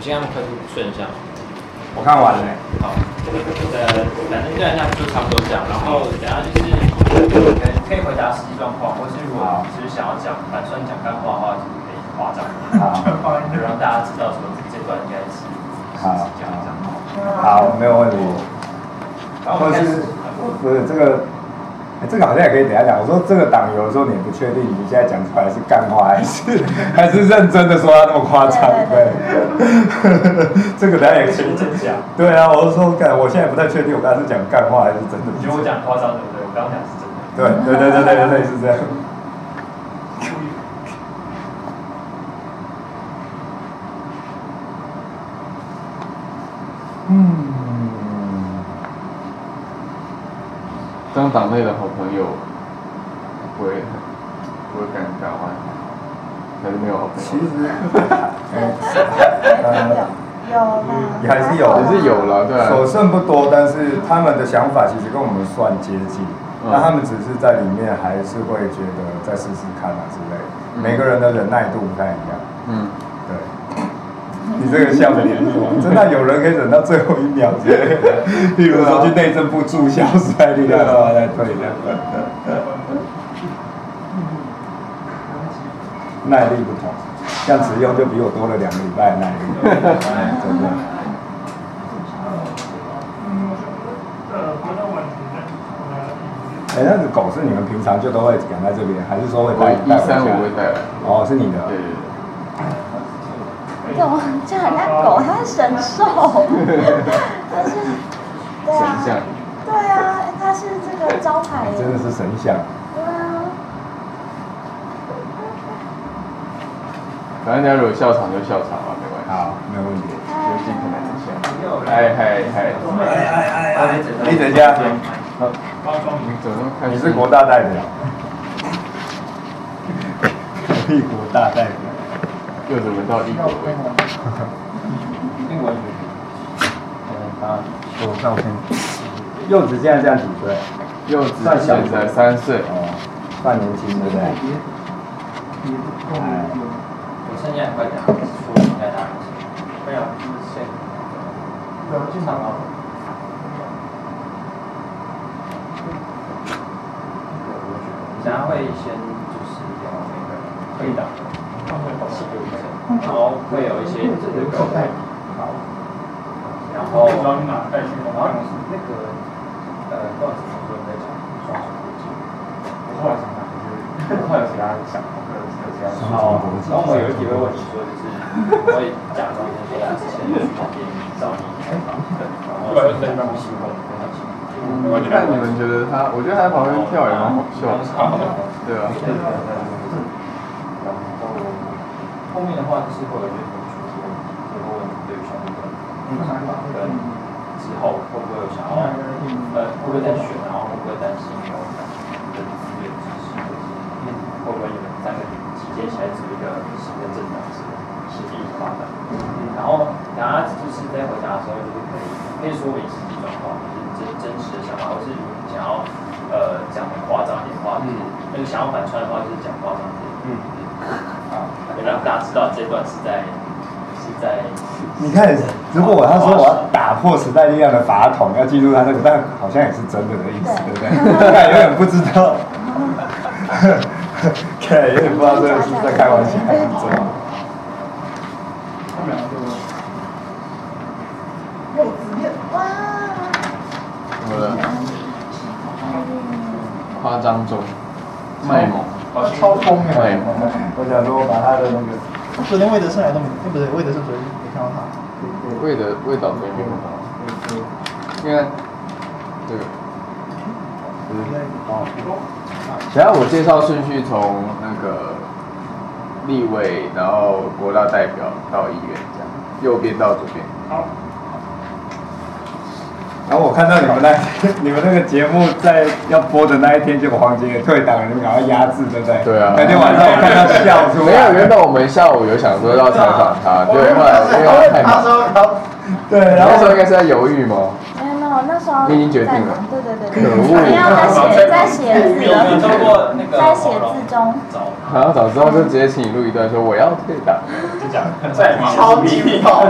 这样快速顺上。我看完了、欸。好，呃，反正对，那就差不多这样。然后等下就是可能可以回答实际状况，或是如果只是想要讲打算讲干话的话，就是可以夸张一点，好，就让大家知道说这段应该是是好讲一讲。好，没有问题。然后我或们开是始不是这个、哎这个好像也可以等一下讲。我说这个党有的时候你也不确定，你现在讲出来是干话还是 还是认真的说他那么夸张？对， 这个等一下也可以真。真假？对啊，我是说，干，我现在不太确定我刚才是讲干话还是真的。你觉得我讲夸张对不对？我刚刚讲是真的。对对对对对对，类似这样。嗯，当党内的好朋友，不会不会尴尬吗？还是没有好朋友？其实， 呃有啦，也还是有还是有了，对啊。所剩不多，但是他们的想法其实跟我们算接近，嗯那他们只是在里面还是会觉得再试试看啊之类的，嗯每个人的忍耐度不太一样。嗯，对，你这个笑的脸是啊什么？真的有人可以忍到最后一秒 之类的，例如说去内政部注销是在力量说啊在退的，耐力不同，像池用就比我多了两个礼拜的耐力，真 的。哎、那只狗是你们平常就都会养在这边，还是说会带一带回三五会家？带来。哦，是你的。对对对。怎么叫人家狗？它是神兽， 它是，对神像啊，对啊，它是这个招牌耶，真的是神像，对啊，反正大家如果笑场就笑场吧，没关系。好，没有问题。就尽可能的笑。嗨嗨嗨！哎哎你等一下，你怎么那么开你心是国大代 表，立国大代表。又怎么到异国哎味？哦我照片。柚子现在这样几岁？柚子现在三岁，哦，算年轻对不对？哎我现在快点，说应该大家不然就是睡。正常啊。等下会先就是聊那个会党的气候意见，然后会有一些这个好，然后然后那个呃，到底什么时候再讲双重国籍？我后来想想，就是后来有其他想法，有有其他想法。然后我有一题会问你说，就是我会假装就是说之前去旁边找你采访，然后就是很不习惯，很辛苦。我看你们觉得他，我觉得他在旁边跳也蛮好笑的，对啊。对对对对。然后后面的话就是会有一些同学提问，会问对于小的想法跟之后会不会有想要呃会不会再选，然后会不会担心有的资源支持，或者是会不会你们三个集结起来组一个新的政党是实际发展。然后等下就是在回答的时候，就是可以可以说明实际状况，就是真真实的想法，或是如果你想要呃讲的夸张一点的话，就是那个想要反串的话，就是讲夸张一点。嗯好，让大家知道这段是在是在你看，如果我他说我要打破时代力量的法统，要进入他那个，但好像也是真的的意思，对不对？看有点不知道， 看有点不知道这个是在开玩笑还是真的。哇，怎么了？夸张中，卖萌，我超疯卖哎！萌，我想说，把他的那个我昨天魏德胜来都没，哎不对，魏德胜昨天没看到他。味的味道没有到，因为这个，就是等下我介绍顺序从那个立委，然后国大代表到议员这样，右边到左边。然后我看到你们那 你们那个节目在要播的那一天，结果黄杰也退档了，你们赶快压制，对不对？对啊那天晚上我看到笑出没来。有，原本我们下午有想说要采哦访他，对，后来因为他太忙，说，然后对，然那时候后应该是在犹豫吗？没有没有，哦，那时候你已经决定在了忙对对对，可恶对要在写在写有字没有了，通过那个在写字中，找然后早知道就直接请你录一段，说我要退档。就讲在忙超级爆，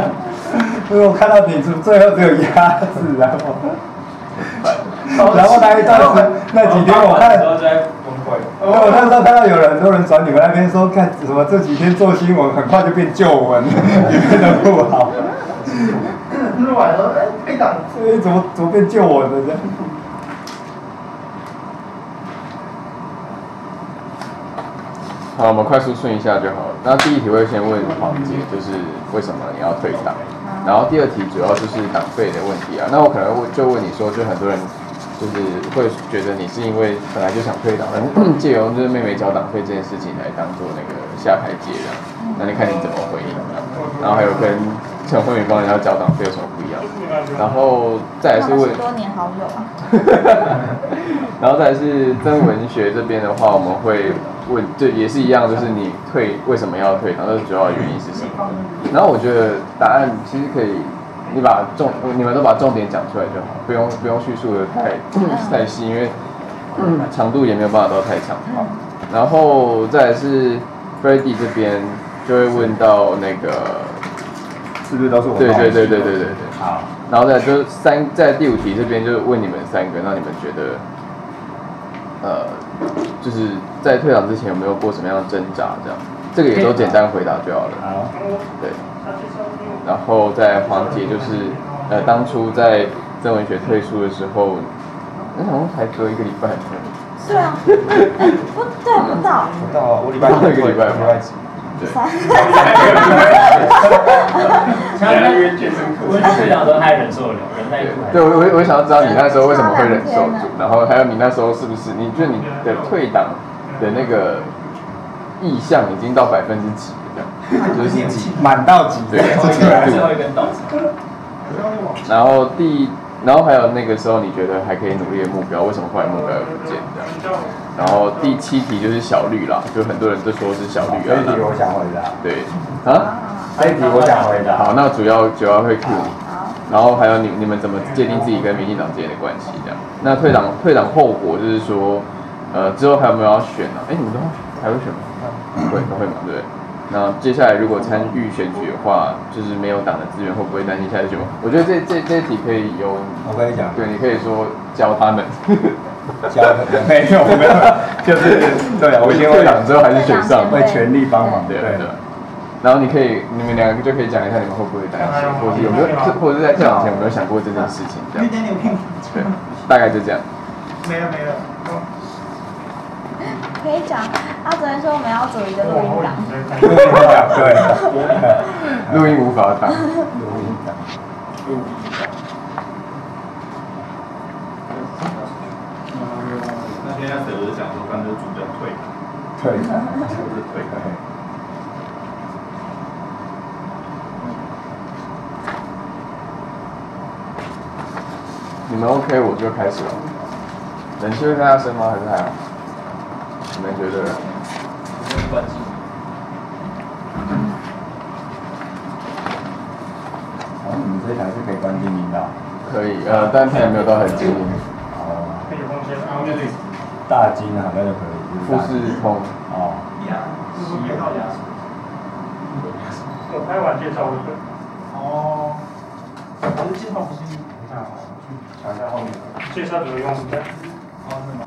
因为我看到你是最后只有鸭子，然后 然后那一段时那几天我看然。后就在崩溃，因为我那时候看到有很多人转你们那边说，看什么这几天做新闻很快就变旧 闻，也变得不好。录完了，哎，配档所以怎么怎么变旧闻了这样？好，我们快速顺一下就好了。那第一题会先问黄姐，就是为什么你要退党？然后第二题主要就是党费的问题啊。那我可能问就问你说，就很多人就是会觉得你是因为本来就想退党，然后借由就是妹妹缴党费这件事情来当做那个下台阶的。那你看你怎么回应啊？然后还有跟陈慧敏帮人家缴党费有什么不一样？然后再来是他们问十多年好友啊， 然后再来是真文学这边的话，我们会问，就也是一样，就是你退为什么要退，然后主要原因是什么？然后我觉得答案其实可以，你把重你们都把重点讲出来就好，不用不用叙述的太太细，因为、嗯长度也没有办法到太长。嗯，然后再来是 Freddy 这边就会问到那个，是不是都是我？对对对对对对对。好，然后再就是三在第五题这边就是问你们三个，那你们觉得，呃，就是在退党之前有没有过什么样的挣扎？这样，这个也都简单回答就好了。好，对。然后在黄姐就是，呃，当初在曾文学退出的时候，那好像才隔一个礼拜，对啊，哎不对不 到，啊不到我礼拜到一个礼拜吧礼拜几？对，三，原来冤屈辛苦，我就想说他忍受得了，忍耐对度还，对我我我想要知道你那时候为什么会忍受住，然后还有你那时候是不是你觉得你的退党的那个意向已经到百分之几了 这样，就是几？满到几？对最后一根最后一根稻草，然后第，然后还有那个时候你觉得还可以努力的目标，为什么后来目标又不见这样？然后第七题就是小绿啦，就很多人都说是小绿这一题啊，我想回答，对啊，这一题我想回答。好，那主要主要会 Q 你。好，然后还有你你们怎么界定自己跟民进党之间的关系？这样，那退党退党后果就是说，呃，之后还有没有要选呢、啊？哎，你们都还会选吗？会都会嘛，对不对？那接下来如果参与选举的话，就是没有党的资源，会不会担心下一选举？我觉得这这这题可以由，我跟你讲，对，你可以说教他们，教没有没有，就是对，我先退会党之后还是选上，会全力帮忙。对对。然后你可以，你们两个就可以讲一下你们会不会担心，或者有没有，或者是在退党前有没有想过这件事情，这样，有点点拼，对，大概就这样。没了没了。可以讲，他昨天说我们要组一个录音档，对对。录音无法挡。那天那谁不是讲说，干脆主角退，对，就是退开。你们 OK，我就开始了。冷气会太大声吗？还是还好？你们觉得？没有关系。然后你们这一台是可以关静音的哦。可以，呃，但它也没有到很近。哦，可以空间，大金好像就可以。富士通，哦，就是没到家。我拍完介绍我就。哦。我的介绍不是你看啊，去查一下后面的。介绍怎么用的？哦，是吗？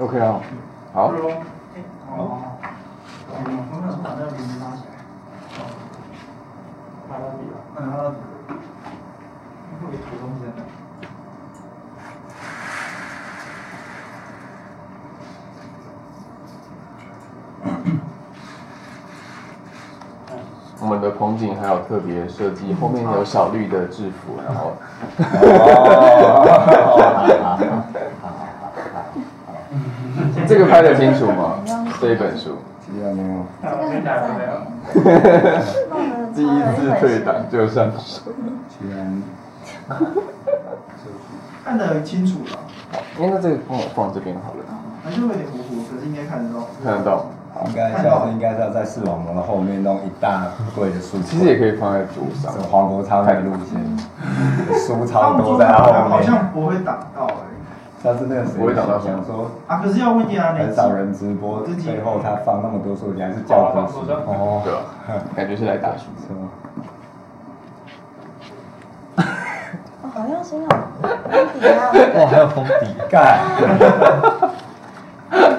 OK 啊，好，哦。我那时候把那个笔拿起来。拿到笔了。拿到笔。会给涂东西在那。我们的棚景还有特别设计，后面有小绿的制服，然后这个拍得清楚吗？这一本书，需要没有？这个很赞哎，弄得第一次退党就上手，居然看得很清楚了，哎因为那这个放我放这边好了，还是会有点模糊，可是应该看得到。看得到。应该下次应该是要在视网膜的后面弄一大柜的书，其实也可以放在桌上走。黄国昌的路线，书超多在他后好面。像不会挡到哎、上次那个谁我会找到讲说，啊，可是要问亚很玲，少人直播，最后他放那么多书，你还是教科书哦，对吧？感觉是来打书。是吗？哦好用心哦，温迪啊，哦哇，还有封底，干，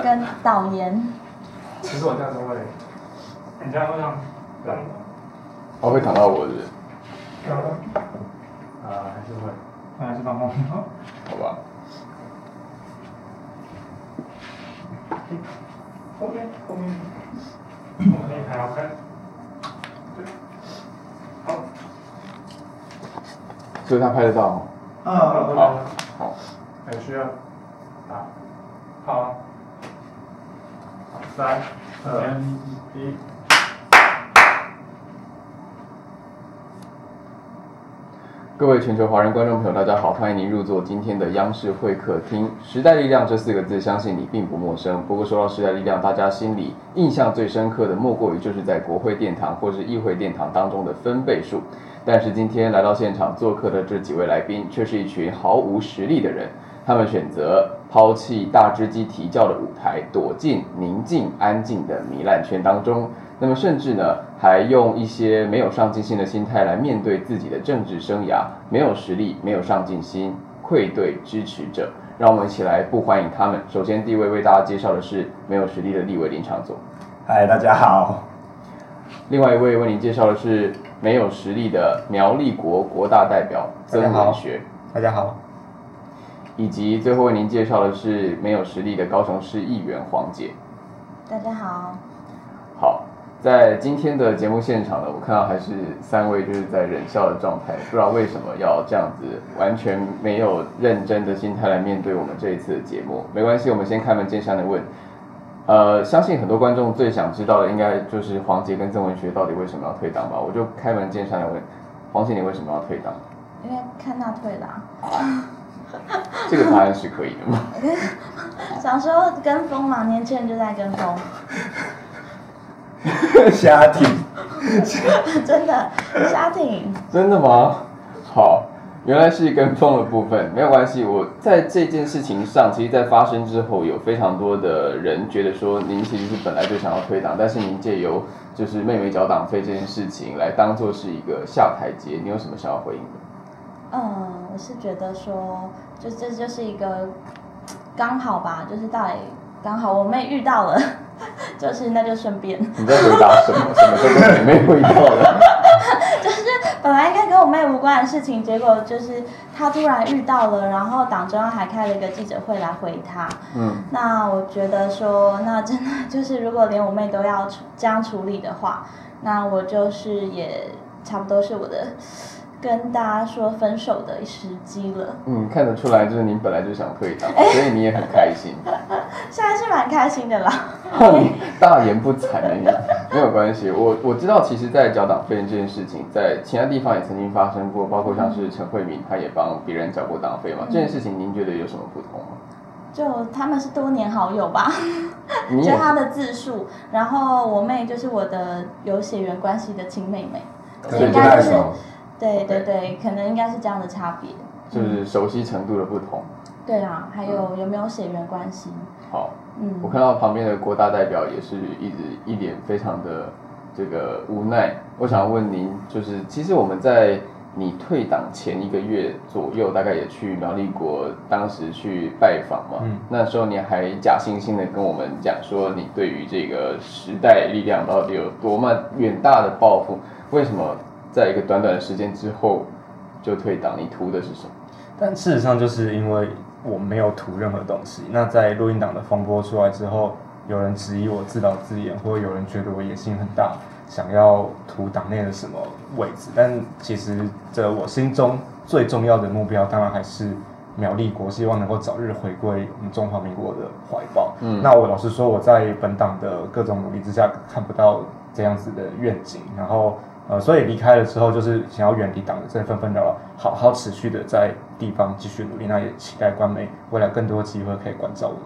跟导言，其实我这样都会，你这样会让让我哦会躺到我的，让啊，还是会，还是放空。好吧？后面后面后面还要看，对，好，所以他拍得到哦。嗯，好，好，很需要打，好，三二一，各位全球华人观众朋友，大家好，欢迎您入座今天的央视会客厅。时代力量这四个字，相信你并不陌生。不过说到时代力量，大家心里印象最深刻的，莫过于就是在国会殿堂或是议会殿堂当中的分贝数。但是今天来到现场做客的这几位来宾，却是一群毫无实力的人。他们选择抛弃大只鸡啼叫的舞台，躲进宁静安静的糜烂圈当中。那么，甚至呢，还用一些没有上进心的心态来面对自己的政治生涯，没有实力，没有上进心，愧对支持者。让我们一起来不欢迎他们。首先，第一位为大家介绍的是没有实力的立委林长佐，嗨，大家好，另外一位为您介绍的是没有实力的苗栗国国大代表曾大家好文学。大家 好，以及最后为您介绍的是没有实力的高雄市议员黄姐。大家好，好，在今天的节目现场呢，我看到还是三位就是在忍笑的状态，不知道为什么要这样子，完全没有认真的心态来面对我们这一次的节目。没关系，我们先开门见山的问。呃，相信很多观众最想知道的，应该就是黄杰跟曾文学到底为什么要退档吧？我就开门见山的问，黄杰你为什么要退档？因为看到退了，这个答案是可以的吗？想说跟风嘛，年轻人就在跟风， 瞎听，真的，家庭真的吗？好，原来是跟风的部分，没有关系。我在这件事情上，其实，在发生之后，有非常多的人觉得说，您其实是本来就想要退党，但是您借由就是妹妹缴党费这件事情来当做是一个下台阶，你有什么想要回应的？嗯，我是觉得说，就这就是一个刚好吧，就是到底刚好我妹遇到了， 就是那就顺便，你在回答什么？什么都跟你没有一样的。本来应该跟我妹无关的事情，结果就是她突然遇到了，然后党中央还开了一个记者会来回她。嗯，那我觉得说，那真的就是如果连我妹都要处这样处理的话，那我就是也差不多是我的跟大家说分手的时机了。嗯，看得出来，就是您本来就想退党，所以你也很开心。 现在是蛮开心的啦。你 大言不惭的你，没有关系。我我知道，其实，在缴党费这件事情，在其他地方也曾经发生过，包括像是陈慧敏，她也帮别人缴过党费嘛。这件事情，您觉得有什么不同吗？就他们是多年好友吧，你就也他的自述，然后我妹就是我的有血缘关系的亲妹妹，这不太熟，对对对，可能应该是这样的差别。就是熟悉程度的不同。对啊，还有有没有血缘关系？好，嗯，我看到旁边的郭大代表也是一直一脸非常的这个无奈。我想问您，就是其实我们在你退党前一个月左右，大概也去苗栗国，当时去拜访嘛。嗯那时候你还假惺惺的跟我们讲说，你对于这个时代力量到底有多么远大的抱负，为什么在一个短短的时间之后就退党？你图的是什么？但事实上就是因为我没有涂任何东西。那在录音档的风波出来之后，有人质疑我自导自演，或者有人觉得我野心很大，想要涂党内的什么位置。但其实这我心中最重要的目标，当然还是。苗栗国希望能够早日回归我们中华民国的怀抱。嗯那我老实说，我在本党的各种努力之下，看不到这样子的愿景。然后呃，所以离开了之后，就是想要远离党的这纷纷扰扰，好好持续的在地方继续努力。那也期待官媒未来更多机会可以关照我们。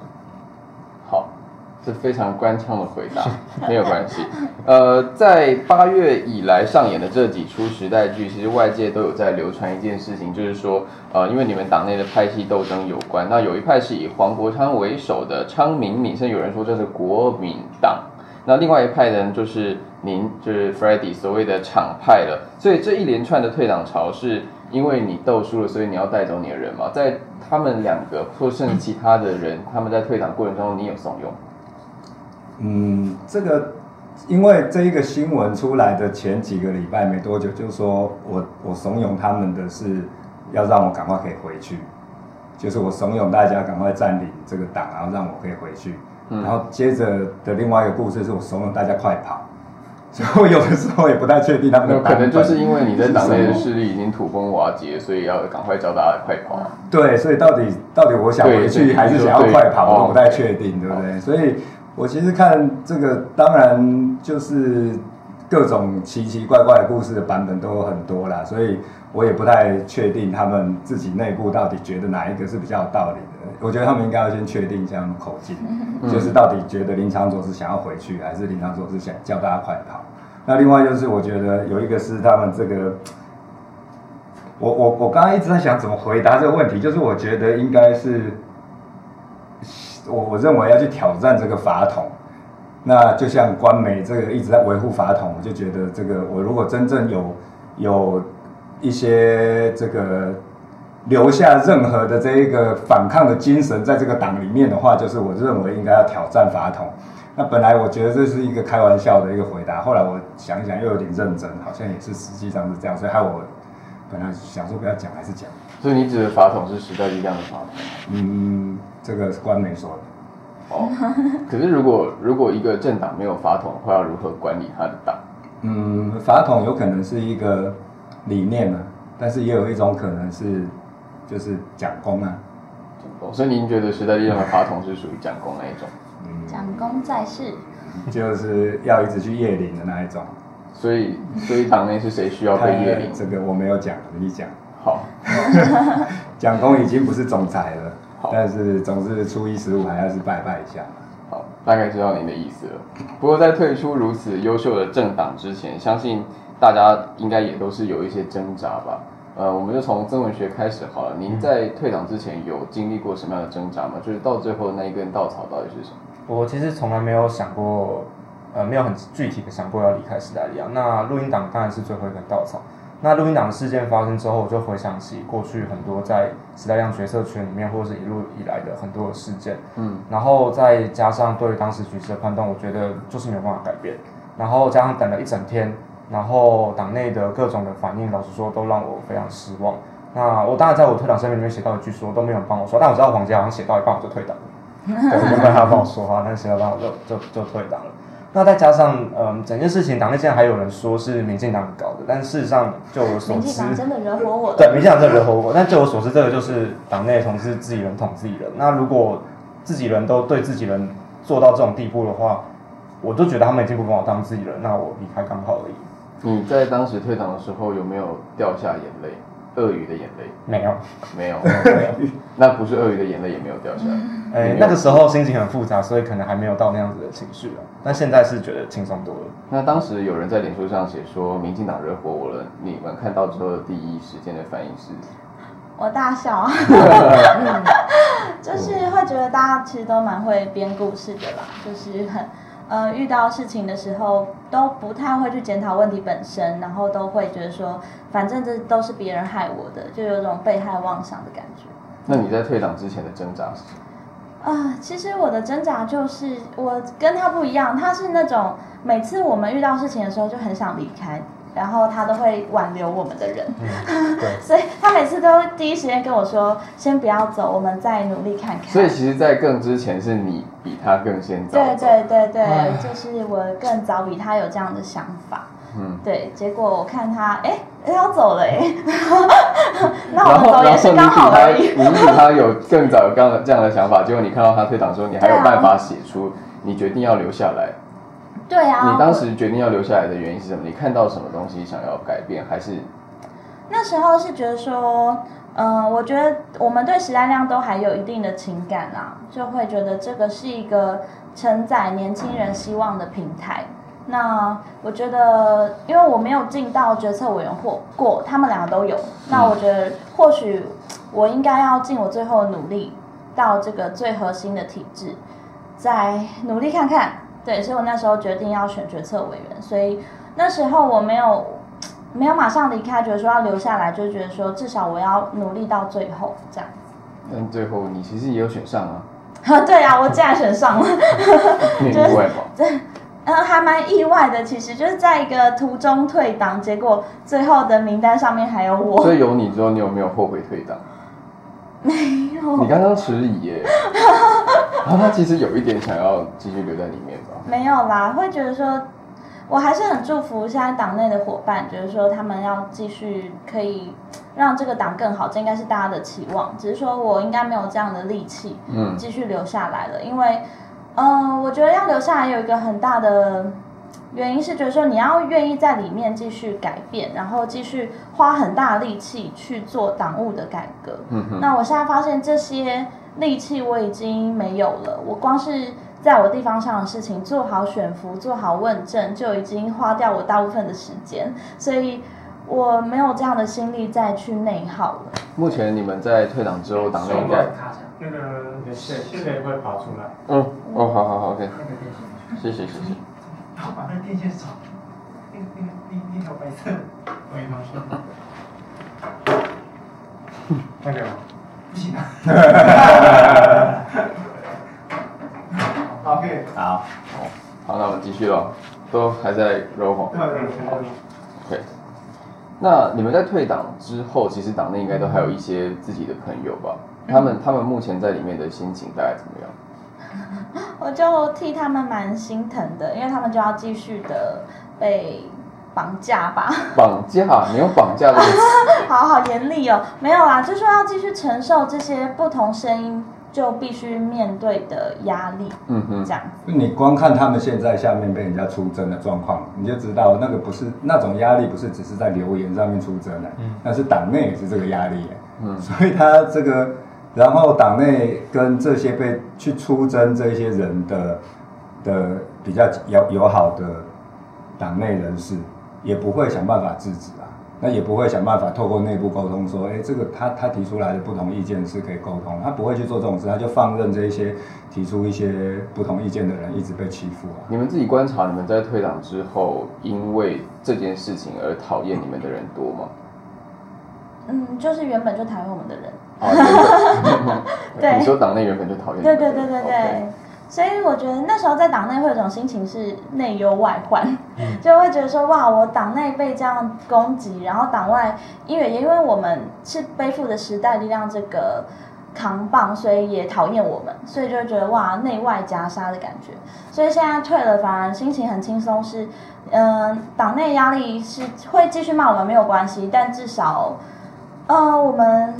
好，是非常官腔的回答， 没有关系。呃，在八月以来上演的这几出时代剧，其实外界都有在流传一件事情，就是说，呃，因为你们党内的派系斗争有关，那有一派是以黄国昌为首的昌明民，甚至有人说这是国民党。那另外一派人就是您，就是 f r e d d y 所谓的厂派了。所以这一连串的退党潮，是因为你斗输了，所以你要带走你的人嘛？在他们两个，或甚至其他的人， 他们在退党过程中，你有怂恿？嗯，这个因为这一个新闻出来的前几个礼拜没多久，就说我我怂恿他们的是要让我赶快可以回去，就是我怂恿大家赶快占领这个党，然后让我可以回去。嗯然后接着的另外一个故事是我怂恿大家快跑， 所以我有的时候也不太确定他们的有可能就是因为你在党内的是什么势力已经土崩瓦解，所以要赶快教大家快跑。对，所以到底到底我想回对去对还是想要快对跑，我都不哦太确定，对不对？所以我其实看这个，当然就是各种奇奇怪怪的故事的版本都有很多啦，所以我也不太确定他们自己内部到底觉得哪一个是比较有道理的。我觉得他们应该要先确定一下他们口径，嗯就是到底觉得林长佐是想要回去，还是林长佐是想叫大家快跑。那另外就是，我觉得有一个是他们这个我我我刚刚一直在想怎么回答这个问题，就是我觉得应该是，我我认为要去挑战这个法统，那就像官媒这个一直在维护法统，我就觉得这个我如果真正有有一些这个留下任何的这一个反抗的精神在这个党里面的话，就是我认为应该要挑战法统。那本来我觉得这是一个开玩笑的一个回答，后来我想一想又有点认真，好像也是实际上是这样，所以害我本来想说不要讲，还是讲。所以你指的法统是时代力量的法统。嗯，这个是官媒说的。哦，可是如果如果一个政党没有法统的话，要如何管理他的党？嗯，法统有可能是一个理念啊，但是也有一种可能是就是讲功啊。哦所以您觉得时代力量的法统是属于蒋公那一种？嗯，蒋公在世，就是要一直去夜领的那一种。所以所以党内是谁需要被列领他？这个我没有讲，你讲。好，蒋公已经不是总裁了好，但是总是初一十五还要是拜拜一下嘛。好，大概知道您的意思了。不过在退出如此优秀的政党之前，相信大家应该也都是有一些挣扎吧。呃，我们就从曾文学开始好了。嗯您在退党之前有经历过什么样的挣扎吗？就是到最后那一根稻草到底是什么？我其实从来没有想过，呃，没有很具体的想过要离开时代力量。那录音档当然是最后一根稻草。那录音档事件发生之后，我就回想起过去很多在时代力量决策圈里面，或者是一路以来的很多的事件。嗯，然后再加上对于当时局势的判断，我觉得就是没有办法改变。然后加上等了一整天，然后党内的各种的反应，老实说都让我非常失望。那我当然在我退党声明里面写到一句说都没有人帮我说，但我知道黄杰好像写到一半我就退党了，对，我就没有他帮我说话，但 是写到一半我就就就退党了。那再加上嗯，整件事情党内现在还有人说是民进党搞的，但事实上就我所民进知，党真的惹火我对，了。民进党这个人活过，但就我所知，这个就是党内的同志自己人捅自己人。那如果自己人都对自己人做到这种地步的话，我就觉得他们已经不把我当自己人，那我离开刚好而已。你在当时退党的时候有没有掉下眼泪？鳄鱼的眼泪没有，没有， 没有。那不是鳄鱼的眼泪也没有掉下来。哎、没有那个时候心情很复杂，所以可能还没有到那样子的情绪了。但现在是觉得轻松多了。那当时有人在脸书上写说，民进党惹火我了。你们看到之后的第一时间的反应是？我大笑啊，就是会觉得大家其实都蛮会编故事的啦，就是很呃遇到事情的时候都不太会去检讨问题本身，然后都会觉得说反正这都是别人害我的，就有种被害妄想的感觉。那你在退党之前的挣扎是什么？啊、其实我的挣扎就是我跟他不一样，他是那种每次我们遇到事情的时候就很想离开，然后他都会挽留我们的人，嗯对所以他每次都会第一时间跟我说先不要走，我们再努力看看。所以其实，在更之前是你比他更先早。对对对对，就是我更早比他有这样的想法，嗯。对，结果我看他，哎，他要走了哎， 那我然们后，走然也后是你刚好比他，而你已。比他有更早有刚这样的想法，结果你看到他退党之后，你还有对啊办法写出你决定要留下来。对啊，你我当时决定要留下来的原因是什么？你看到什么东西想要改变，还是那时候是觉得说，嗯、我觉得我们对时代量都还有一定的情感啦，就会觉得这个是一个承载年轻人希望的平台。那我觉得，因为我没有进到决策委员会过，他们两个都有。那我觉得，或许我应该要尽我最后的努力，到这个最核心的体制，再努力看看。对，所以我那时候决定要选决策委员，所以那时候我没有没有马上离开，觉得说要留下来，就觉得说至少我要努力到最后这样。但嗯最后你其实也有选上 啊，对啊，我竟然选上了。 你很意外吧？嗯，还蛮意外的，其实就是在一个途中退党，结果最后的名单上面还有我。所以有你之后，你有没有后悔退党？没你有，刚刚迟疑耶， 然后他其实有一点想要继续留在里面吧。没有啦，会觉得说，我还是很祝福现在党内的伙伴，觉得说他们要继续可以让这个党更好，这应该是大家的期望。只是说我应该没有这样的力气，嗯，继续留下来了，因为，嗯、我觉得要留下来有一个很大的原因是觉得说你要愿意在里面继续改变，然后继续花很大的力气去做党务的改革。嗯哼，那我现在发现这些力气我已经没有了，我光是在我地方上的事情做好选服、做好问政，就已经花掉我大部分的时间，所以我没有这样的心力再去内耗了。目前你们在退党之后，党内应该，那个谁谁会跑出来？嗯，哦，好好好，OK，那个电线，谢谢谢谢。然后把那电线找，那个那个那那条白色的，我也拿出来。那个不行啊。OK，好，好，那我们继续喽，都还在揉红。对对对， OK，那你们在退党之后，其实党内应该都还有一些自己的朋友吧？他们他们目前在里面的心情大概怎么样？我就替他们蛮心疼的，因为他们就要继续的被绑架吧。 绑架？ 你用绑架这个词？好好严厉哦，没有啦，就说要继续承受这些不同声音，就必须面对的压力，嗯这哼，样子。你光看他们现在下面被人家出征的状况，你就知道那个不是那种压力，不是只是在留言上面出征的、那是党内也是这个压力、嗯所以他这个，然后党内跟这些被去出征这些人的的比较友友好的党内人士，也不会想办法制止啊，那也不会想办法透过内部沟通说，哎，这个他他提出来的不同意见是可以沟通，他不会去做这种事，他就放任这一些提出一些不同意见的人一直被欺负啊。你们自己观察，你们在退党之后，因为这件事情而讨厌你们的人多吗？嗯，就是原本就讨厌我们的人。啊，原本 对你说党内原本就讨厌你对们的对人，对对 OK 对。所以我觉得那时候在党内会有一种心情是内忧外患，嗯 就会觉得说哇，我党内被这样攻击，然后党外因为因为我们是背负着时代力量这个扛棒，所以也讨厌我们，所以就会觉得哇，内外夹杀的感觉。所以现在退了，反而心情很轻松，是嗯、呃党内压力是会继续骂我们没有关系，但至少呃，我们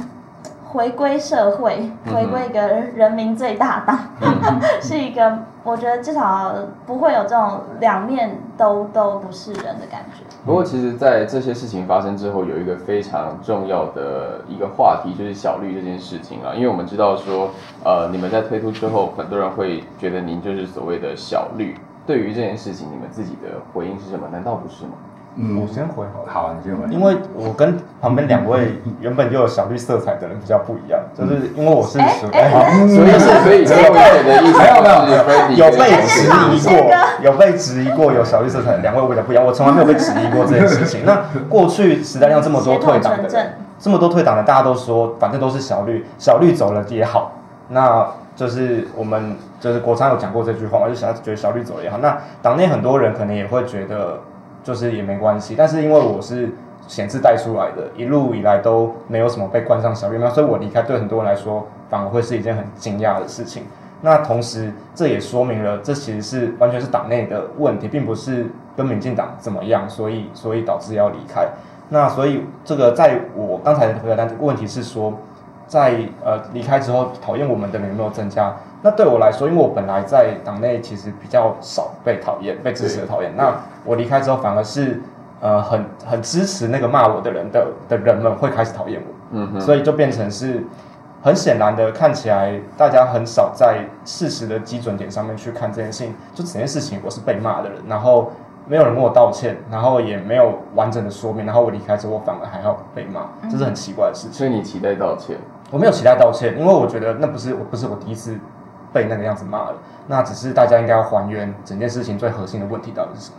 回归社会，嗯哼回归一个人民最大党， 是一个我觉得至少不会有这种两面都都不是人的感觉。不过，其实，在这些事情发生之后，有一个非常重要的一个话题，就是小绿这件事情啊。因为我们知道说，呃，你们在推出之后，很多人会觉得您就是所谓的小绿。对于这件事情，你们自己的回应是什么？难道不是吗？嗯我，先回好了。好，啊你先回。因为我跟旁边两位原本就有小绿色彩的人比较不一样，就是因为我是属哎好所以，所以，所以我们的意思没有被质疑过，有被质疑过有小绿色彩，两位为了不一样，我从来没有被质疑过这件事情。那过去时代上这么多退协党的同纯正人，这么多退党的，大家都说反正都是小绿，小绿走了也好。那就是我们就是国昌有讲过这句话嘛，就想觉得小绿走了也好。那党内很多人可能也会觉得就是也没关系，但是因为我是显示带出来的，一路以来都没有什么被冠上小绿帽，所以我离开对很多人来说反而会是一件很惊讶的事情。那同时，这也说明了，这其实是完全是党内的问题，并不是跟民进党怎么样，所以所以导致要离开。那所以这个，在我刚才回答的问题是说，在呃离开之后，讨厌我们的人有没有增加？那对我来说，因为我本来在党内其实比较少被讨厌、被支持的讨厌，那我离开之后反而是呃很很支持那个骂我的人的的人们会开始讨厌我。嗯哼，所以就变成是很显然的，看起来大家很少在事实的基准点上面去看这件事情。就整件事情，我是被骂的人，然后没有人跟我道歉，然后也没有完整的说明，然后我离开之后，我反而还要被骂，这是很奇怪的事情。所以你期待道歉，我没有期待道歉，因为我觉得那不是我不是我第一次被那个样子骂了，那只是大家应该要还原整件事情最核心的问题到底是什么。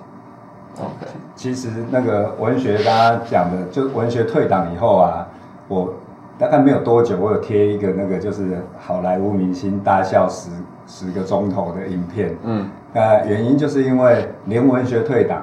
OK，其实那个文学刚刚讲的，就是文学退党以后啊，我大概没有多久，我有贴一个那个就是好莱坞明星大笑十十个钟头的影片。嗯，那原因就是因为连文学退党，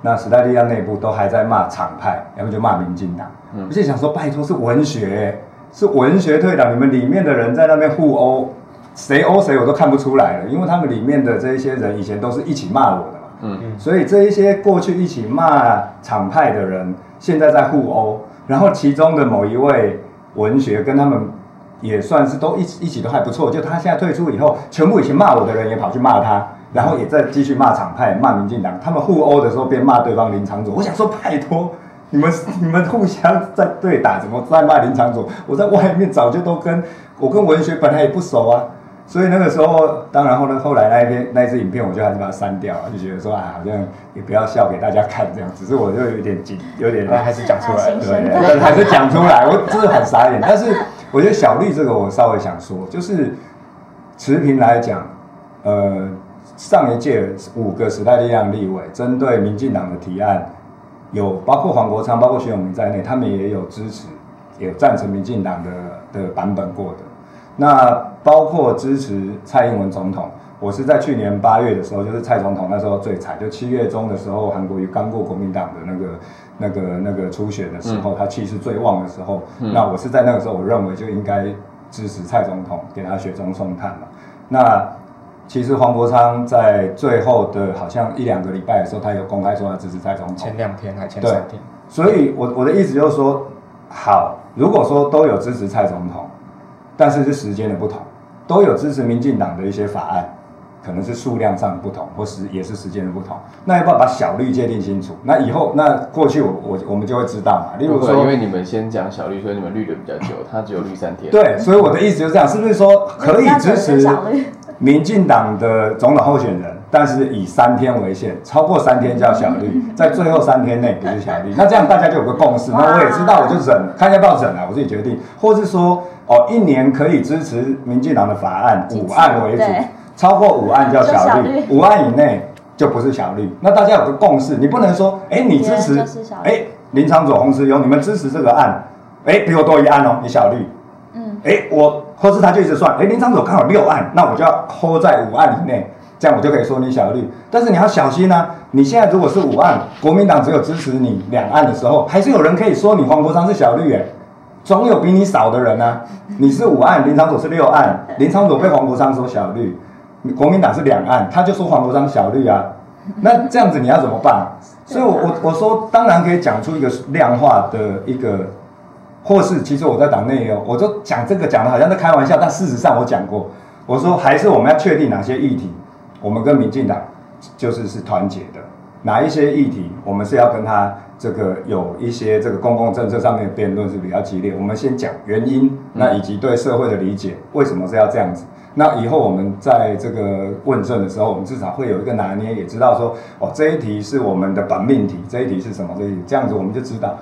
那时代力量内部都还在骂厂派，要么就骂民进党。嗯我就想说，拜托是文学，欸是文学退党，你们里面的人在那边互殴，谁殴谁我都看不出来了，因为他们里面的这一些人以前都是一起骂我的嘛。嗯所以这一些过去一起骂厂派的人，现在在互殴，然后其中的某一位文学跟他们也算是都一起一起都还不错，就他现在退出以后，全部以前骂我的人也跑去骂他。然后也在继续骂厂派、骂民进党，他们互殴的时候边骂对方林长佐，我想说拜托，你们你们互相在对打，怎么在骂林长佐？我在外面早就都跟我跟文学本来也不熟啊，所以那个时候，当然后呢，后来那一篇那一支影片，我就还是把它删掉了，就觉得说啊，好像也不要笑给大家看这样，只是我就有点紧，有点但还是讲出来了啊，行对，但还是讲出来，我真的很傻眼。但是我觉得小绿这个，我稍微想说，就是持平来讲，呃，上一届五个时代力量立委针对民进党的提案，有包括黄国昌、包括徐永明在内，他们也有支持，也赞成民进党的的版本过的。那包括支持蔡英文总统，我是在去年八月的时候，就是蔡总统那时候最惨，就七月中的时候，韩国瑜刚过国民党的那个那个那个初选的时候，他气势最旺的时候，那我是在那个时候，我认为就应该支持蔡总统，给他雪中送炭嘛。那其实黄国昌在最后的好像一两个礼拜的时候，他有公开说他支持蔡总统，前两天还前三天，所以我我的意思就是说，好，如果说都有支持蔡总统，但是是时间的不同，都有支持民进党的一些法案，可能是数量上的不同，或时也是时间的不同，那要不要把小绿界定清楚？那以后那过去我我我们就会知道嘛，例如如果说因为你们先讲小绿，所以你们绿的比较久，他只有绿三天。，对，所以我的意思就是这样，是不是说可以支持小绿，民进党的总统候选人，但是以三天为限，超过三天叫小绿，嗯在最后三天内不是小绿。那这样大家就有个共识，那我也知道，我就忍，看要不要忍啊，我自己决定，或是说哦，一年可以支持民进党的法案几次五案为主对，超过五案叫小就绿小，绿五案以内就不是小绿。那大家有个共识，你不能说，哎，你支别持人就是小，绿哎，林长佐、洪石勇，你们支持这个案，哎，比我多一案哦，你小绿。嗯，哎，我或是他就一直算，哎，林长佐刚好六案，那我就要 hold 在五案以内，这样我就可以说你小绿。但是你要小心啊，你现在如果是五案，国民党只有支持你两案的时候，还是有人可以说你黄国昌是小绿哎、总有比你少的人啊。你是五案，林长佐是六案，林长佐被黄国昌说小绿，国民党是两案，他就说黄国昌小绿啊。那这样子你要怎么办？所以我，我我说，当然可以讲出一个量化的一个或是其实我在党内也有，我就讲这个讲的好像在开玩笑，但事实上我讲过，我说还是我们要确定哪些议题，我们跟民进党就是是团结的，哪一些议题我们是要跟他这个有一些这个公共政策上面的辩论是比较激烈，我们先讲原因，那以及对社会的理解，为什么是要这样子。那以后我们在这个问政的时候，我们至少会有一个拿捏，也知道说，哦，这一题是我们的本命题，这一题是什么？这一题这样子我们就知道，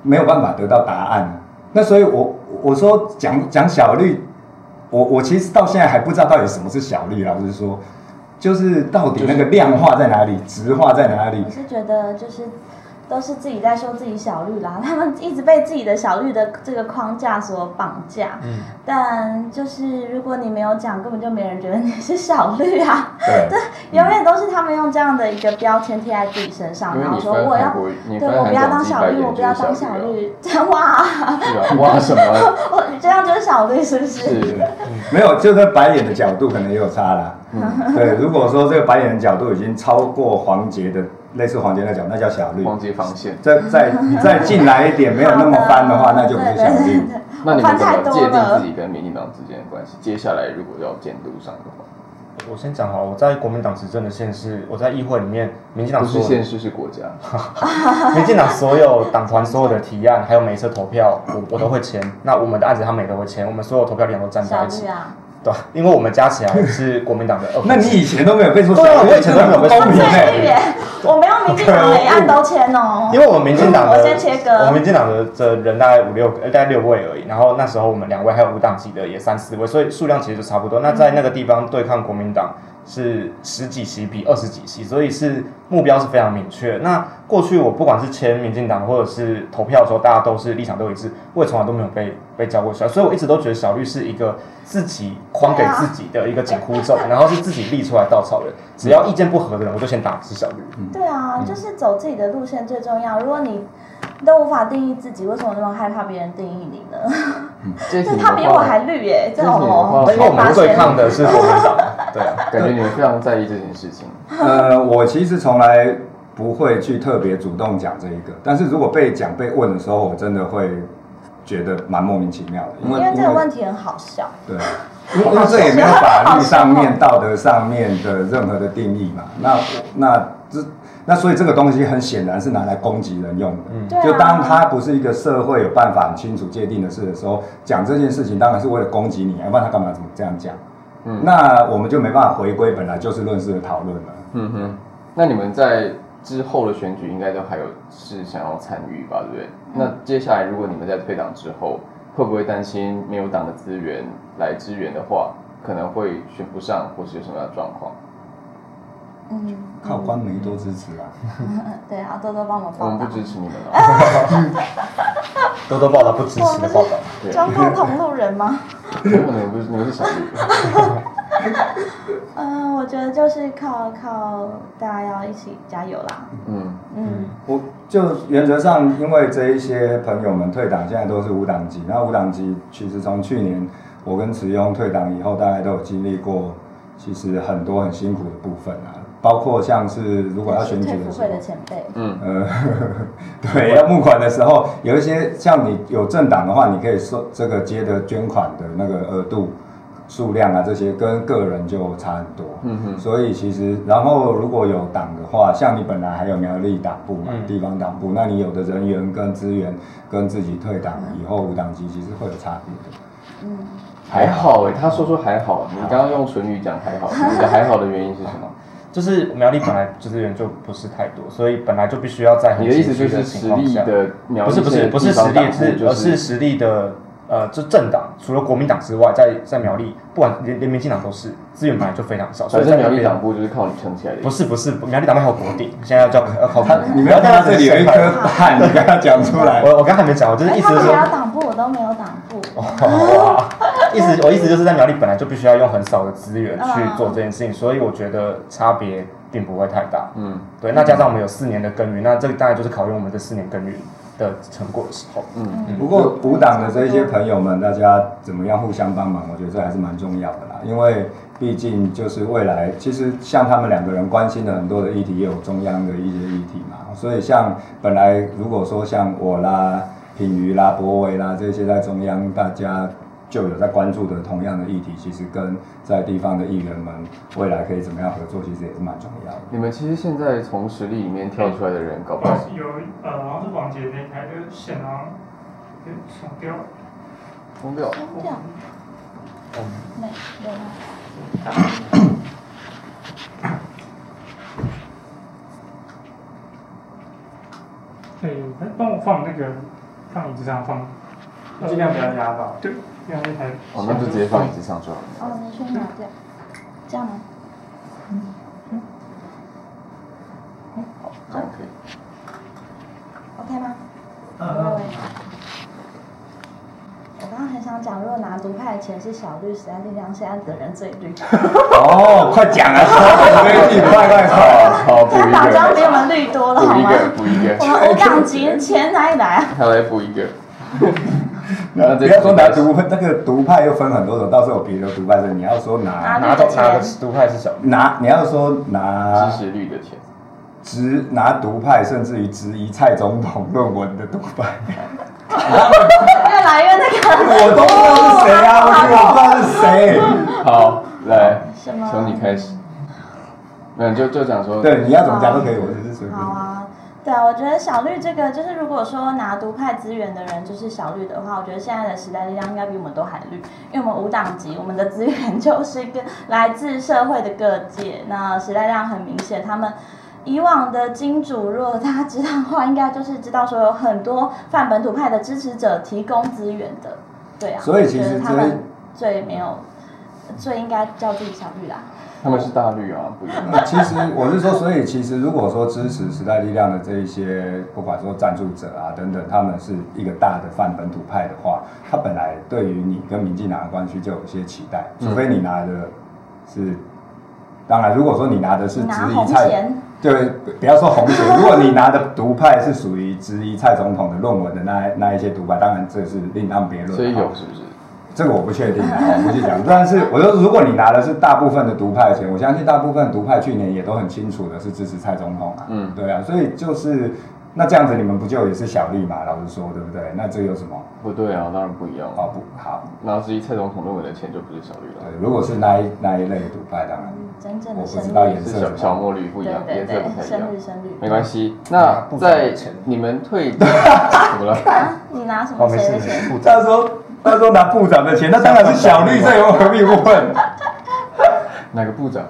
没有办法得到答案。那所以我，我说讲讲小绿，我我其实到现在还不知道到底什么是小绿啊，就是说，就是到底那个量化在哪里，值化在哪里我？是觉得就是都是自己在说自己小绿啦， 他们一直被自己的小绿的这个框架所绑架。嗯，但就是如果你没有讲，根本就没人觉得你是小绿啊， 对，永远都是他们用这样的一个标签贴在自己身上，因为然后你说翻我要韩。国，你对，翻我不韩要国当几小百绿，我点不就要是当小小绿绿， 哇，啊，是啊，哇什么？我这样就是小绿，是不是？是没有，就是白眼的角度可能也有差啦。嗯 对，如果说这个白眼的角度已经超过黄杰的类似黄杰那角，那叫小绿。忘记防线。再再再进来一点，没有那么翻的话，那就不是小 对绿对。那你们怎 我翻太么多界定了自己跟民进党之间的关系？接下来如果要监督上的话，我先讲好了，我在国民党执政的县市，我在议会里面，民进党不是所有县市是国 家， 民进党所有党团所有的提案，还有每一次投票，我我都会签。那我们的案子他们也都会签，我们所有投票点都站在小一起绿，啊，对吧，因为我们加起来是国民党的二分之一。那你以前都没有被说小对啊绿我以前都没有被这说很不公翠平小 哎绿耶，我没有民 进党每案都签哦，因为我们民进党的，我先切割我们民进党的的人大概五六个，呃大概六位而已。然后那时候我们两位还有无党籍的也三四位，所以数量其实就差不多。嗯那在那个地方对抗国民党是十几席比二十几席，所以是目标是非常明确。那过去我不管是签民进党或者是投票的时候，大家都是立场都一致，我也从来都没有被被叫过小绿，所以我一直都觉得小绿是一个自己框给自己的一个紧箍咒， 然后是自己立出来稻草人。只要意见不合的人，我就先打死小绿。对啊，就是走自己的路线最重要。如果你都无法定义自己，为什么那么害怕别人定义你呢？这题这的他比我话还绿耶，这这是你的哦话，但因为我们对抗的是国民党， 对啊。感觉你们非常在意这件事情。呃，我其实从来不会去特别主动讲这一个，但是如果被讲被问的时候，我真的会觉得蛮莫名其妙的，因因为为这个问题很好笑。对，因为因为这也没有法律上面、道德上面的任何的定义嘛。那那这那所以这个东西很显然是拿来攻击人用的。对啊就当它不是一个社会有办法很清楚界定的事的时候，讲这件事情当然是为了攻击你，要不然他干嘛怎么这样讲？嗯那我们就没办法回归本来就事论事的讨论了。 嗯哼，那你们在之后的选举应该都还有是想要参与吧，对不对？那接下来如果你们在退党之后，会不会担心没有党的资源来支援的话，可能会选不上，或是有什么样的状况？嗯，靠官媒多支持啊！ 对啊，多多帮我我报们不道。支持你们 哦。多多报道不支持的报道。对，中共同路人吗？ 有可能不是你们是小 绿，嗯，我觉得就是靠靠大家要一起加油啦。嗯，嗯，我就原则上，因为这一些朋友们退党，现在都是无党籍。那无党籍其实从去年我跟慈庸退党以后，大概都有经历过，其实很多很辛苦的部分啊，包括像是如果要选举退的辅时会的候，前辈，呃， 对，要募款的时候，有一些像你有政党的话，你可以说这个接的捐款的那个额度、数量啊，这些跟个人就差很多。嗯哼所以其实，然后如果有党的话，像你本来还有苗栗党部嘛，嗯地方党部，那你有的人员跟资源跟自己退党以后无党籍，其实会有差别的。嗯，还好哎、他说说还好，你刚刚用唇语讲还好，你的还好的原因是什么？就是苗栗本来就资源就不是太多，所以本来就必须要在很你的意思拮据就是情实况力下，的苗不栗是不是县不的是地实方力党部是就而是实力的呃，就政党除了国民党之外，在在苗栗不管连连民进党都是资源本来就非常少，所反以在正苗栗党党部就是靠你撑起来的。不是不是苗栗党部还有国定，现在要叫要靠国嗯定你们要看到这里有一颗汗，你跟他讲出来。 我我刚还没讲，我就是哎，意思他们是也说要党部，我都没有党部。哇 意思我意思就是在苗栗本来就必须要用很少的资源去做这件事情，所以我觉得差别并不会太大。嗯对，那加上我们有四年的耕耘，那这个当然就是考验我们这四年耕耘的成果的时候。嗯不过补党的这一些朋友们，大家怎么样互相帮忙，我觉得这还是蛮重要的啦。因为毕竟就是未来，其实像他们两个人关心的很多的议题，也有中央的一些议题嘛。所以像本来如果说像我啦、品瑜啦、博伟啦这些在中央，大家就有在关注的同样的议题，其实跟在地方的议员们未来可以怎么样合作，其实也是蛮重要的。你们其实现在从实力里面跳出来的人，搞不好好像有呃，好像是王杰那一台，就是显然给上掉，疯掉。先哦这样，哦没有吗？哎，帮我放那个放椅子上放，尽量不要压到。对，这样那台，哦，那就直接放椅子上就好了。哦，你先拿掉，这样吗？好，这样可以。 OK 吗？嗯各位我刚刚很想讲，如果拿独派的钱是小绿，实在力量现在的人最绿，哦，快讲啊！所以快快快！好，补现在一党章比我个，们绿多了，好补一吗？个，补一我个，们无党籍钱哪里来啊？他来补一个。那不要说拿独那个独派又分很多种，到时候有别的独派是你要说拿拿拿到拿的毒派是小绿，拿，你要说拿支持率的钱，直拿独派，甚至于质疑蔡总统论文的独派，我越来越那个。啊哦 都不知道是谁啊，我根本不知道是谁。好，来，什么？从你开始，那就就讲说，对，你要怎么讲都可以，我只是随便好。啊，对啊，我觉得小绿这个就是，如果说拿独派资源的人就是小绿的话，我觉得现在的时代力量应该比我们都还绿，因为我们无党籍，我们的资源就是跟来自社会的各界。那时代力量很明显，他们。以往的金主，如果大家知道的话，应该就是知道说有很多泛本土派的支持者提供资源的，对啊。所以其实我觉得他这们最没有，最应该叫自己小绿啦。他们是大绿啊，不 一样。那其实我是说，所以其实如果说支持时代力量的这一些，不管说赞助者啊等等，他们是一个大的泛本土派的话，他本来对于你跟民进党的关系就有一些期待，除非你拿的是，当然如果说你拿的是质拿疑红蔡钱，对，不要说红学，如果你拿的独派是属于质疑蔡总统的论文的那那一些独派，当然这是另当别论。所以哈有是不是？这个我不确定啊，我不去讲。但是我说，如果你拿的是大部分的独派的钱，我相信大部分独派去年也都很清楚的是支持蔡总统啊。嗯对啊，所以就是那这样子，你们不就也是小利嘛？老实说，对不对？那这有什么不对啊，当然不一样啊。好不好？然后至于蔡总统论文的钱就不是小绿了，对，如果是那一那一类的独派，当然嗯真正我的不深知绿，道颜是色怎小么小样。墨绿不一样，对对颜色不对，太深一样绿。深绿。没关系，那在你们退怎么了？ 啊，你拿什哦，么没谁的事没事，钱？部长。他说他说拿部长的钱，那当然是小利，这有何必问？哪个部长？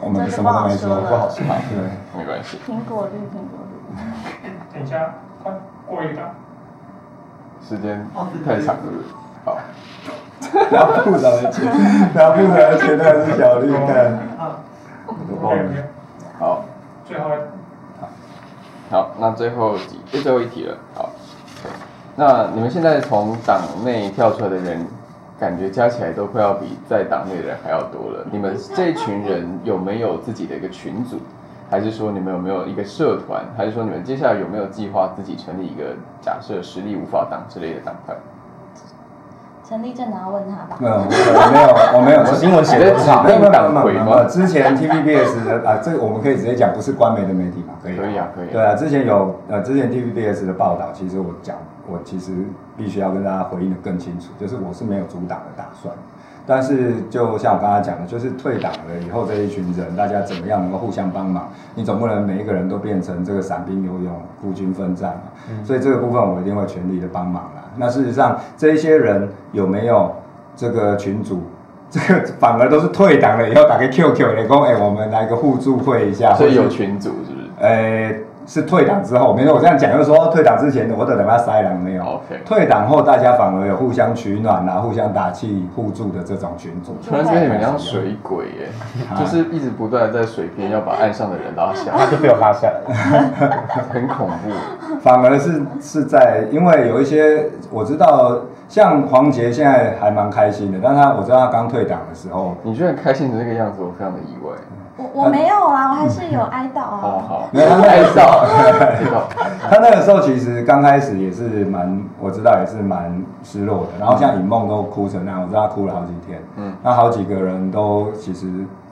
我们什么都没说，这就不好说。对，没关系，苹果绿，苹果绿。等一下，快过一个。时间太长了。好，拿部长的钱， 拿部长的钱当然是小利，看啊，我都忘了 OK，。OK，好，最后一个好，那最后几诶最后一题了。好，对那你们现在从党内跳出来的人，感觉加起来都快要比在党内的人还要多了。你们这群人有没有自己的一个群组？还是说你们有没有一个社团？还是说你们接下来有没有计划自己成立一个假设实力无法党之类的党派？陈立正，然后问他吧。嗯，我没有，我没有，我我新闻写的没有没内有没有党没鬼有没有。吗？之前 TVBS 的啊，这个我们可以直接讲，不是官媒的媒体嘛，可以吧可以啊可以啊对啊，之前有呃，之前 TVBS 的报道，其实我讲，我其实必须要跟大家回应的更清楚，就是我是没有阻挡的打算。但是，就像我刚才讲的，就是退党了以后，这一群人，大家怎么样能够互相帮忙？你总不能每一个人都变成这个散兵游勇、孤军奋战嘛。嗯所以这个部分我一定会全力的帮忙啦。那事实上，这一些人有没有这个群主， 这个反而都是退党了以后打给 QQ 来讲，哎、我们来个互助会一下，所以有或是群组是不是？呃，是退党之后，没有我这样讲，就是说退党之前我等等他塞狼没有哦 OK 退党后大家反而有互相取暖啊、互相打气、互助的这种群组。突然之间你们像水鬼耶，就是一直不断地在水边要把岸上的人拉下来他，就被我拉下来 了。很恐怖。反而是是在，因为有一些我知道，像黄杰现在还蛮开心的，但他我知道他刚退党的时候，你居然开心成这个样子，我非常的意外。我我没有啊，我还是有哀悼哦，啊。好，没有拍照， 拍照。他那个时候其实刚开始也是蛮，我知道也是蛮失落的。然后像尹梦都哭成那样，我知道他哭了好几天。嗯嗯，那好几个人都其实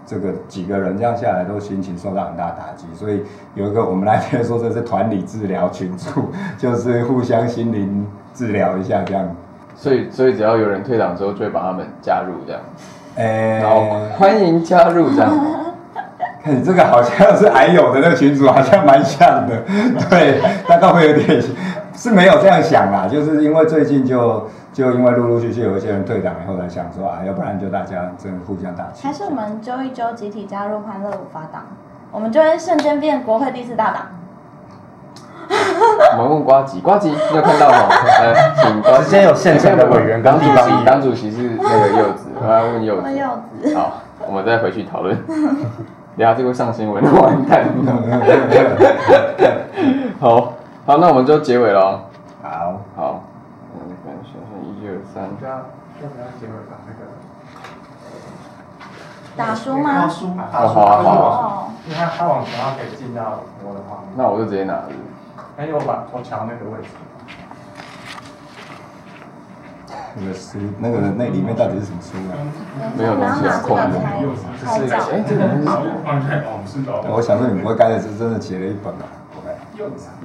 这个几个人这样下来都心情受到很大打击，所以有一个我们那天说这是团体治疗群组， 就是互相心灵治疗一下这样。所以，所以只要有人退党之后，就会把他们加入这样，诶、然后欢迎加入这样。看你 这个好像是癌友的那个群主，好像蛮像的， 对，大概会有点是没有这样想啦，就是因为最近就就因为陆陆续续有一些人退党以后才想说啊，要不然就大家真的互相打气还。是我们揪一揪，集体加入欢乐舞法党，我们就会瞬间变国会第四大党。我们问瓜吉，瓜吉，你有看到吗？来，请瓜吉直接有现成的委员跟党主地方席，议党主席是那个柚子，我要问柚我有子。好，我们再回去讨论。等下这个上新闻，完蛋了。 好，好，那我们就结尾了哦。好，好，嗯，感谢一二三。要不要结尾把那个？打输吗？输，哦好啊好啊哦，因为他他往前要可以进到我的画面，那我就直接拿。哎，我把我抢那个位置。那个书那个那里面到底是什么书啊？等没一下我要有拿这空个的才拍照。哎，这个东西是放在哦，是的，嗯我想说你不会刚才是真的写了一本啊吧？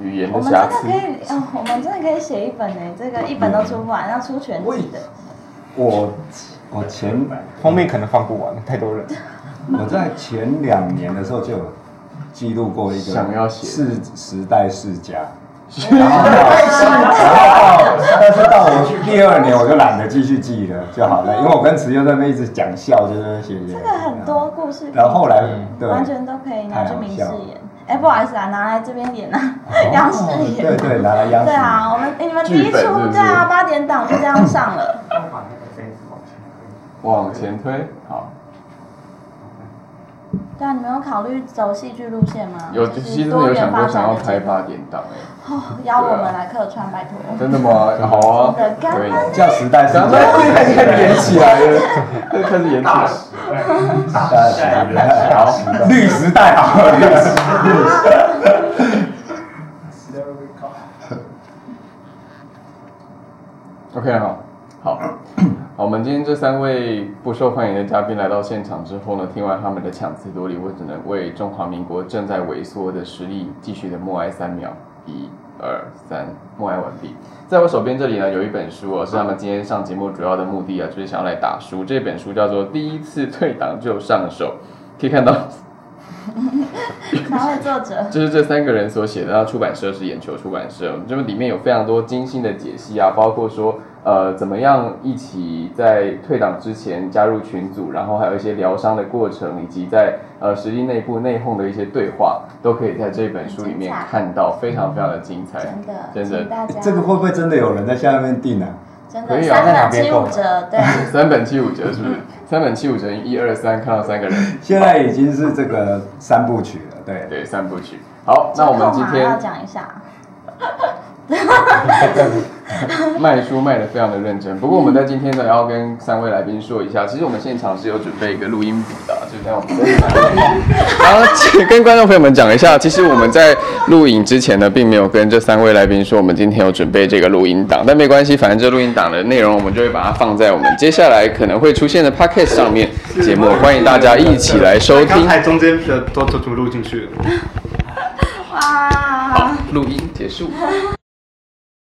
语言我的们真瑕的疵可。以，哦，我们真的可以写一本呢，这个一本都出不完，要出全集的。我我前封面可能放不完，太多人。我在前两年的时候就有记录过一个想要写是时代世家，然后然后但是到我第二年我就懒得继续记了就好了，因为我跟慈幼在那边一直讲笑，就是写写这个嗯很多故事可以讲，然后后来嗯对完全都可以拿去明示太好笑演。哎，不好意思啊，拿来这边演啊，哦央视演。哦对对，拿来央视对啊，我们哎你们第一剧本是出不是对啊，八点档就这样上了。把那个杯子往前推，往前推，好，对啊，你们有考虑走戏剧路线吗？有就其是实多有元想发过展想要的开节目。八点档哎，哦邀我们来客串，拜托。真的吗？好啊，真的干可以。叫时代世咱们家， 开始演起来了， 又开始演起来大了。时代，时代世 家好，呃绿时代 好了，时代会被搞。 OK 好，好，好，我们今天这三位不受欢迎的嘉宾来到现场之后呢，听完他们的强词夺理，我只能为中华民国正在萎缩的实力继续的默哀三秒，一、二、三，默哀完毕。在我手边这里呢，有一本书哦，是他们今天上节目主要的目的啊，就是想要来打书。这本书叫做《第一次退党就上手》，可以看到啊哪位作者？就是这三个人所写的，那啊出版社是眼球出版社，这么里面有非常多精心的解析啊，包括说呃怎么样一起在退党之前加入群组，然后还有一些疗伤的过程，以及在呃实力内部内讧的一些对话，都可以在这本书里面看到，非常非常的精彩，真的，真请的大家这个会不会真的有人在下面订啊？真可的以啊三本七五折，对， 三本七五折是不是？三本七五折，一二三，看到三个人，现在已经是这个三部曲了，对。对，三部曲。好， 那我们今折扣码天要讲一下。卖书卖的非常的认真，不过我们在今天呢，要跟三位来宾说一下，其实我们现场是有准备一个录音笔的啊，就是在我们。然后请跟观众朋友们讲一下，其实我们在录影之前呢，并没有跟这三位来宾说我们今天有准备这个录音档，但没关系，反正这录音档的内容我们就会把它放在我们接下来可能会出现的 podcast 上面节目，欢迎大家一起来收刚听。才中间的都都都录进去了。哇！录音结束。